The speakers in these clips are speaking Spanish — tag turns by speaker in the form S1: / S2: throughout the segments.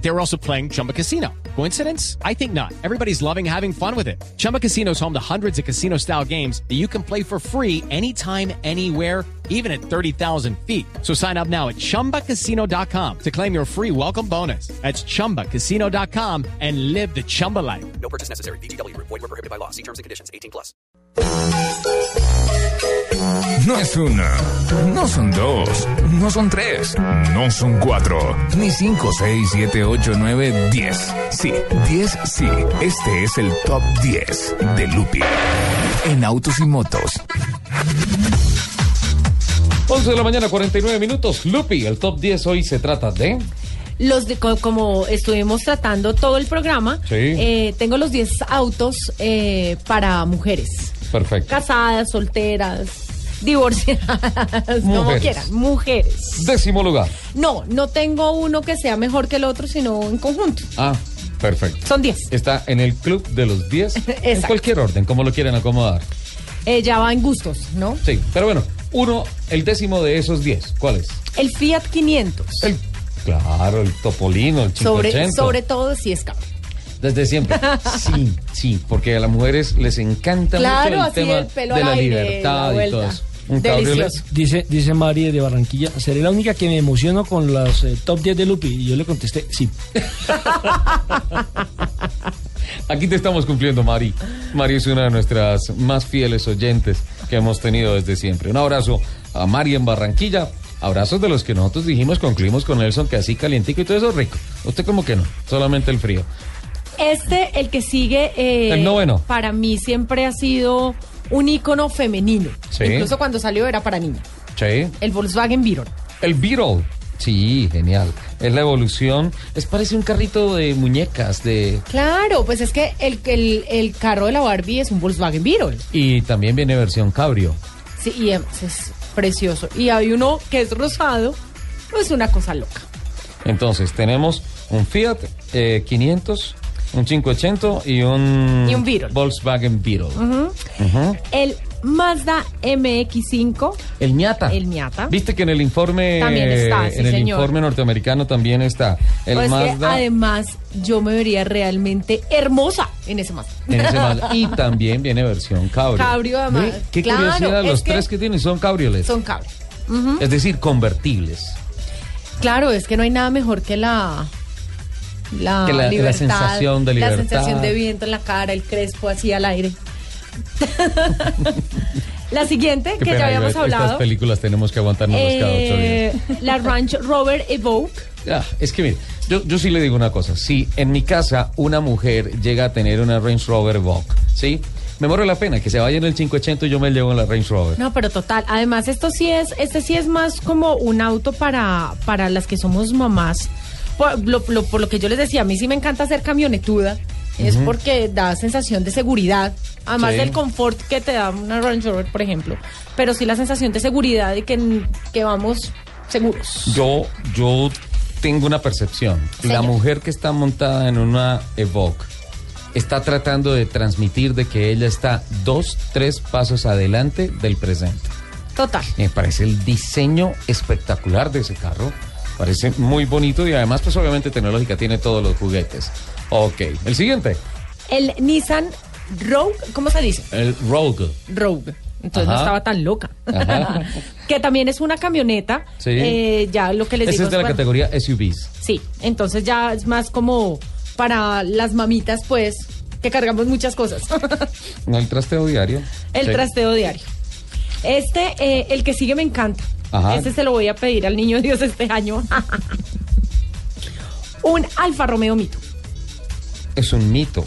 S1: They were also playing Chumba Casino. Coincidence? I think not. Everybody's loving having fun with it. Chumba Casino is home to hundreds of casino style games that you can play for free anytime, anywhere even at 30,000 feet. So sign up now at ChumbaCasino.com to claim your free welcome bonus. That's ChumbaCasino.com and live the Chumba life.
S2: No purchase necessary. BGW. Void were prohibited by law. See terms and conditions. 18 plus.
S3: No es una, no son dos, no son tres, no son cuatro, ni cinco, seis, siete, ocho, nueve, diez. Sí, diez, sí. Este es el top 10 de Lupi en autos y motos.
S4: 11 de la mañana, 49 minutos. Lupi, el top 10 hoy se trata de.
S5: los de- co- como estuvimos tratando todo el programa,
S4: Sí.
S5: eh, tengo los 10 autos eh, para mujeres.
S4: Perfecto.
S5: Casadas, solteras, divorciadas, como
S4: Mujeres.
S5: quieran, mujeres.
S4: Décimo lugar.
S5: No, no tengo uno que sea mejor que el otro, sino en conjunto.
S4: Ah, perfecto.
S5: Son 10.
S4: Está en el club de los 10. en
S5: Exacto.
S4: cualquier orden, como lo quieran acomodar.
S5: Eh, ya va en gustos, ¿no?
S4: Sí, pero bueno, uno, el décimo de esos 10. ¿Cuál es?
S5: El Fiat 500.
S4: El. Claro, el Topolino, el 580.
S5: Sobre, sobre todo si es caro.
S4: Desde siempre. Sí, sí, porque a las mujeres les encanta
S5: Claro,
S4: mucho el
S5: así
S4: tema
S5: el pelo
S4: de
S5: al
S4: la
S5: aire,
S4: libertad
S5: la
S4: y todo
S5: vuelta.
S4: eso. Un cabriolet.
S5: Delicioso.
S6: Dice, dice Mari de Barranquilla, seré la única que me emociono con las eh, top 10 de Lupi. Y yo le contesté, sí.
S4: Aquí te estamos cumpliendo, Mari. Mari es una de nuestras más fieles oyentes que hemos tenido desde siempre. Un abrazo a Mari en Barranquilla. Abrazos de los que nosotros dijimos, concluimos con Nelson, que así calientico y todo eso rico. Usted como que no, solamente el frío.
S5: Este, el que sigue, eh,
S4: El noveno.
S5: para mí siempre ha sido un ícono femenino.
S4: Sí.
S5: Incluso cuando salió era para niña.
S4: Sí.
S5: El Volkswagen Beetle.
S4: El Beetle. Sí, genial. Es la evolución. Es parece un carrito de muñecas, de...
S5: Claro, pues es que el, el, el carro de la Barbie es un Volkswagen Beetle.
S4: Y también viene versión cabrio.
S5: Sí, y em, es precioso. Y hay uno que es rosado, pues una cosa loca.
S4: Entonces, tenemos un Fiat eh, 500, un 580 y un...
S5: Y un Beetle.
S4: Volkswagen Beetle.
S5: El Mazda MX5,
S4: El ñata.
S5: El ñata.
S4: Viste que en el informe eh,
S5: También está, sí,
S4: en el
S5: señor.
S4: informe norteamericano también está el
S5: pues que
S4: Mazda.
S5: además yo me vería realmente hermosa en ese Mazda.
S4: en ese Mazda. Y también viene versión cabrio.
S5: Cabrio, además.
S4: Ve, Qué
S5: Claro,
S4: curiosidad,
S5: es
S4: los
S5: que-
S4: tres que tienen son cabriolets.
S5: Son cables.
S4: Es decir, convertibles.
S5: Claro, es que no hay nada mejor que la la,
S4: Que la- la
S5: libertad,
S4: sensación de
S5: la
S4: libertad.
S5: sensación de viento en la cara, el crespo así al aire. la siguiente
S4: Qué
S5: que
S4: pena,
S5: ya habíamos
S4: Ivette, Estas
S5: hablado,
S4: películas tenemos que aguantarnos cada ocho
S5: eh,
S4: días.
S5: la Ranch Rover Evoque.
S4: Ah, es que mire, yo, yo sí le digo una cosa. Si en mi casa una mujer llega a tener una Range Rover Evoque, ¿sí? Me muero la pena que se vaya en el 580 y yo me llevo en la Range Rover.
S5: No, pero total. Además, esto sí es, este sí es más como un auto para para las que somos mamás. Por lo, lo- por lo que yo les decía, a mí sí me encanta ser camionetuda. Es porque da sensación de seguridad, además
S4: Sí.
S5: del confort que te da una Range Rover, por ejemplo. Pero sí la sensación de seguridad y que, que vamos seguros.
S4: Yo, yo tengo una percepción. La
S5: Señor.
S4: mujer que está montada en una Evoque está tratando de transmitir de que ella está dos, tres pasos adelante del presente.
S5: Total.
S4: Me parece el diseño espectacular de ese carro. Parece muy bonito y además, pues obviamente tecnológica tiene todos los juguetes. Ok, el siguiente,
S5: El Nissan Rogue, ¿cómo se dice?
S4: el Rogue.
S5: Rogue. Entonces no
S4: Ajá.
S5: estaba tan loca.
S4: Ajá.
S5: que también es una camioneta.
S4: Sí.
S5: Eh, ya lo que les
S4: Ese
S5: digo
S4: es de la
S5: bueno,
S4: categoría SUVs.
S5: Sí, entonces ya es más como para las mamitas, pues, que cargamos muchas cosas.
S4: No, el trasteo diario.
S5: el
S4: Sí.
S5: trasteo diario. Este, eh, el que sigue me encanta.
S4: Ajá.
S5: Este se lo voy a pedir al niño Dios este año. Un Alfa Romeo Mito.
S4: Es un mito.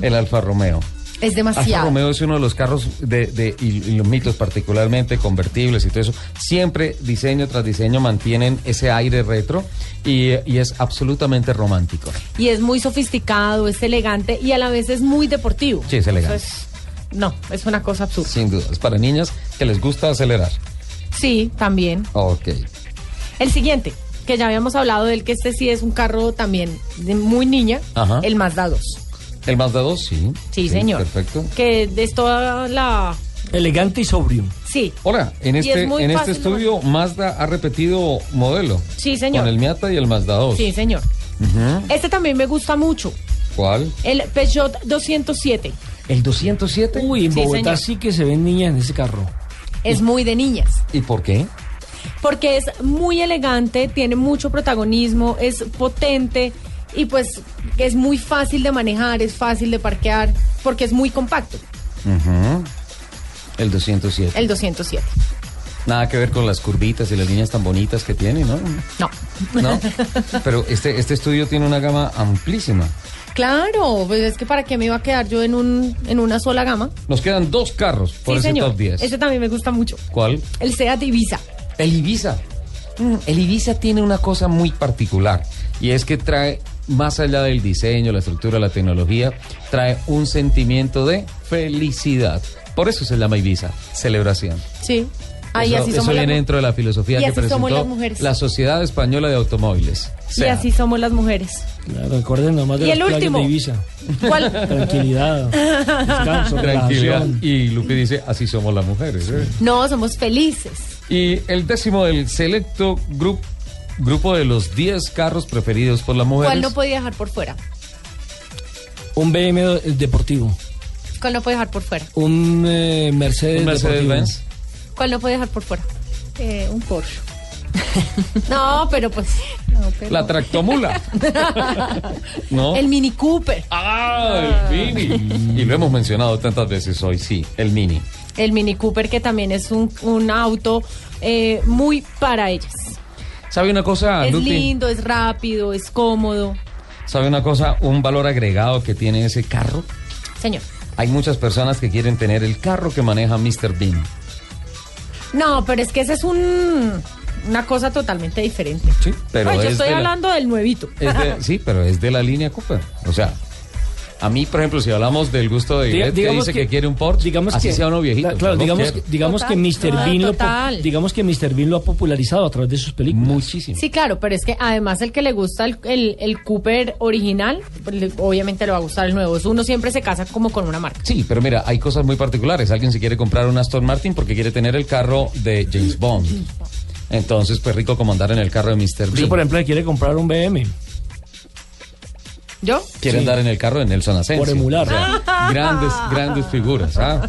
S4: El Alfa Romeo.
S5: Es demasiado.
S4: Alfa Romeo es uno de los carros de, de- y, y los mitos particularmente convertibles y todo eso. Siempre diseño tras diseño mantienen ese aire retro y, y es absolutamente romántico.
S5: Y es muy sofisticado, es elegante y a la vez es muy deportivo.
S4: Sí, es elegante.
S5: Eso es- no, es una cosa absurda.
S4: Sin duda, es para niñas que les gusta acelerar.
S5: sí también.
S4: Ok.
S5: El siguiente, que ya habíamos hablado del que este sí es un carro también de muy niña,
S4: Ajá.
S5: el Mazda 2.
S4: ¿El Mazda 2? Sí.
S5: Sí, señor.
S4: Perfecto.
S5: Que es toda la...
S6: Elegante y sobrio.
S5: Sí.
S4: Hola, en
S5: Y
S4: este,
S5: es muy
S4: en este
S5: fácil, ¿no?
S4: estudio Mazda ha repetido modelo.
S5: Sí, señor.
S4: Con el Miata y el Mazda 2.
S5: Sí, señor. Este también me gusta mucho.
S4: ¿Cuál?
S5: El Peugeot 207.
S4: ¿El 207?
S6: Uy, en
S5: Sí,
S6: Bogotá
S5: señor.
S6: sí que se ven niñas en ese carro.
S5: Es muy de niñas.
S4: ¿Y por qué?
S5: porque es muy elegante, tiene mucho protagonismo, es potente y pues es muy fácil de manejar, es fácil de parquear, porque es muy compacto,
S4: El 207.
S5: el 207.
S4: Nada que ver con las curvitas y las líneas tan bonitas que tiene, ¿no?
S5: No.
S4: No. Pero este, este estudio tiene una gama amplísima.
S5: Claro, pues es que para qué me iba a quedar yo en un en una sola gama.
S4: Nos quedan dos carros por
S5: sí,
S4: ese
S5: señor.
S4: top 10.
S5: Ese también me gusta mucho.
S4: ¿Cuál?
S5: El Seat Ibiza.
S4: El Ibiza. Mm, El Ibiza tiene una cosa muy particular y es que trae, más allá del diseño, la estructura, la tecnología, trae un sentimiento de felicidad. Por eso se llama Ibiza, celebración.
S5: Sí. Ahí
S4: eso
S5: así
S4: eso
S5: somos las
S4: viene
S5: mu-
S4: dentro de la filosofía
S5: Y
S4: que
S5: así somos las
S4: presentó
S5: mujeres.
S4: la Sociedad Española de Automóviles.
S5: y
S4: SEAT.
S5: así somos las mujeres.
S6: Claro, recuerden nomás de
S5: Y
S6: las
S5: el
S6: playas
S5: último.
S6: de Ibiza.
S5: ¿Cuál?
S6: Tranquilidad, descanso,
S4: Tranquilidad.
S6: relajación.
S4: Y Lupe dice, así somos las mujeres. ¿eh?
S5: No, somos felices.
S4: Y el décimo del selecto group, grupo de los 10 carros preferidos por las mujeres.
S5: ¿Cuál no podía dejar por fuera?
S6: Un BMW deportivo.
S5: ¿Cuál no puede dejar por fuera?
S6: Un eh, Mercedes,
S4: Un
S6: deportivo.
S4: Mercedes-Benz.
S5: ¿Cuál no puede dejar por fuera?
S7: Eh, un Porsche.
S5: No, pero pues
S7: No, pero-
S4: La tractomula. ¿No?
S5: el Mini Cooper.
S4: Ah, el Mini. Y lo hemos mencionado tantas veces hoy, sí, el Mini.
S5: El Mini Cooper que también es un, un auto eh, muy para ellas.
S4: ¿Sabe una cosa,
S5: es
S4: Ah, Lupi?
S5: lindo, es rápido, es cómodo.
S4: ¿Sabe una cosa? Un valor agregado que tiene ese carro.
S5: Señor.
S4: Hay muchas personas que quieren tener el carro que maneja Mr. Bean.
S5: No, pero es que ese es un, una cosa totalmente diferente.
S4: Sí, pero
S5: Ay, yo
S4: es
S5: estoy
S4: de la-
S5: hablando del nuevito.
S4: es de- sí, pero es de la línea Cooper. O sea, a mí, por ejemplo, si hablamos del gusto de
S6: Diga-
S4: Ivette, que dice que, quiere un Porsche,
S6: digamos
S4: así
S6: que-
S4: sea uno viejito.
S6: la- claro,
S4: yo lo
S6: digamos,
S4: quiero.
S6: que- digamos
S5: Total.
S6: que Mr.
S5: Ah,
S6: Bean lo po-
S5: total.
S6: digamos que Mr. Bean lo ha popularizado a través de sus películas.
S4: Muchísimo.
S5: Sí, claro, pero es que además el que le gusta el, el- el Cooper original, le- obviamente le va a gustar el nuevo. Uno siempre se casa como con una marca.
S4: Sí, pero mira, hay cosas muy particulares. Alguien se quiere comprar un Aston Martin porque quiere tener el carro de James Bond. Entonces, pues rico como andar en el carro de Mr.
S6: Usted,
S4: Bean.
S6: por ejemplo, quiere comprar un BM
S5: ¿Yo?
S4: Quiere andar en el carro de Nelson Asensio.
S6: por emular.
S4: Grandes, grandes figuras. ¿ah?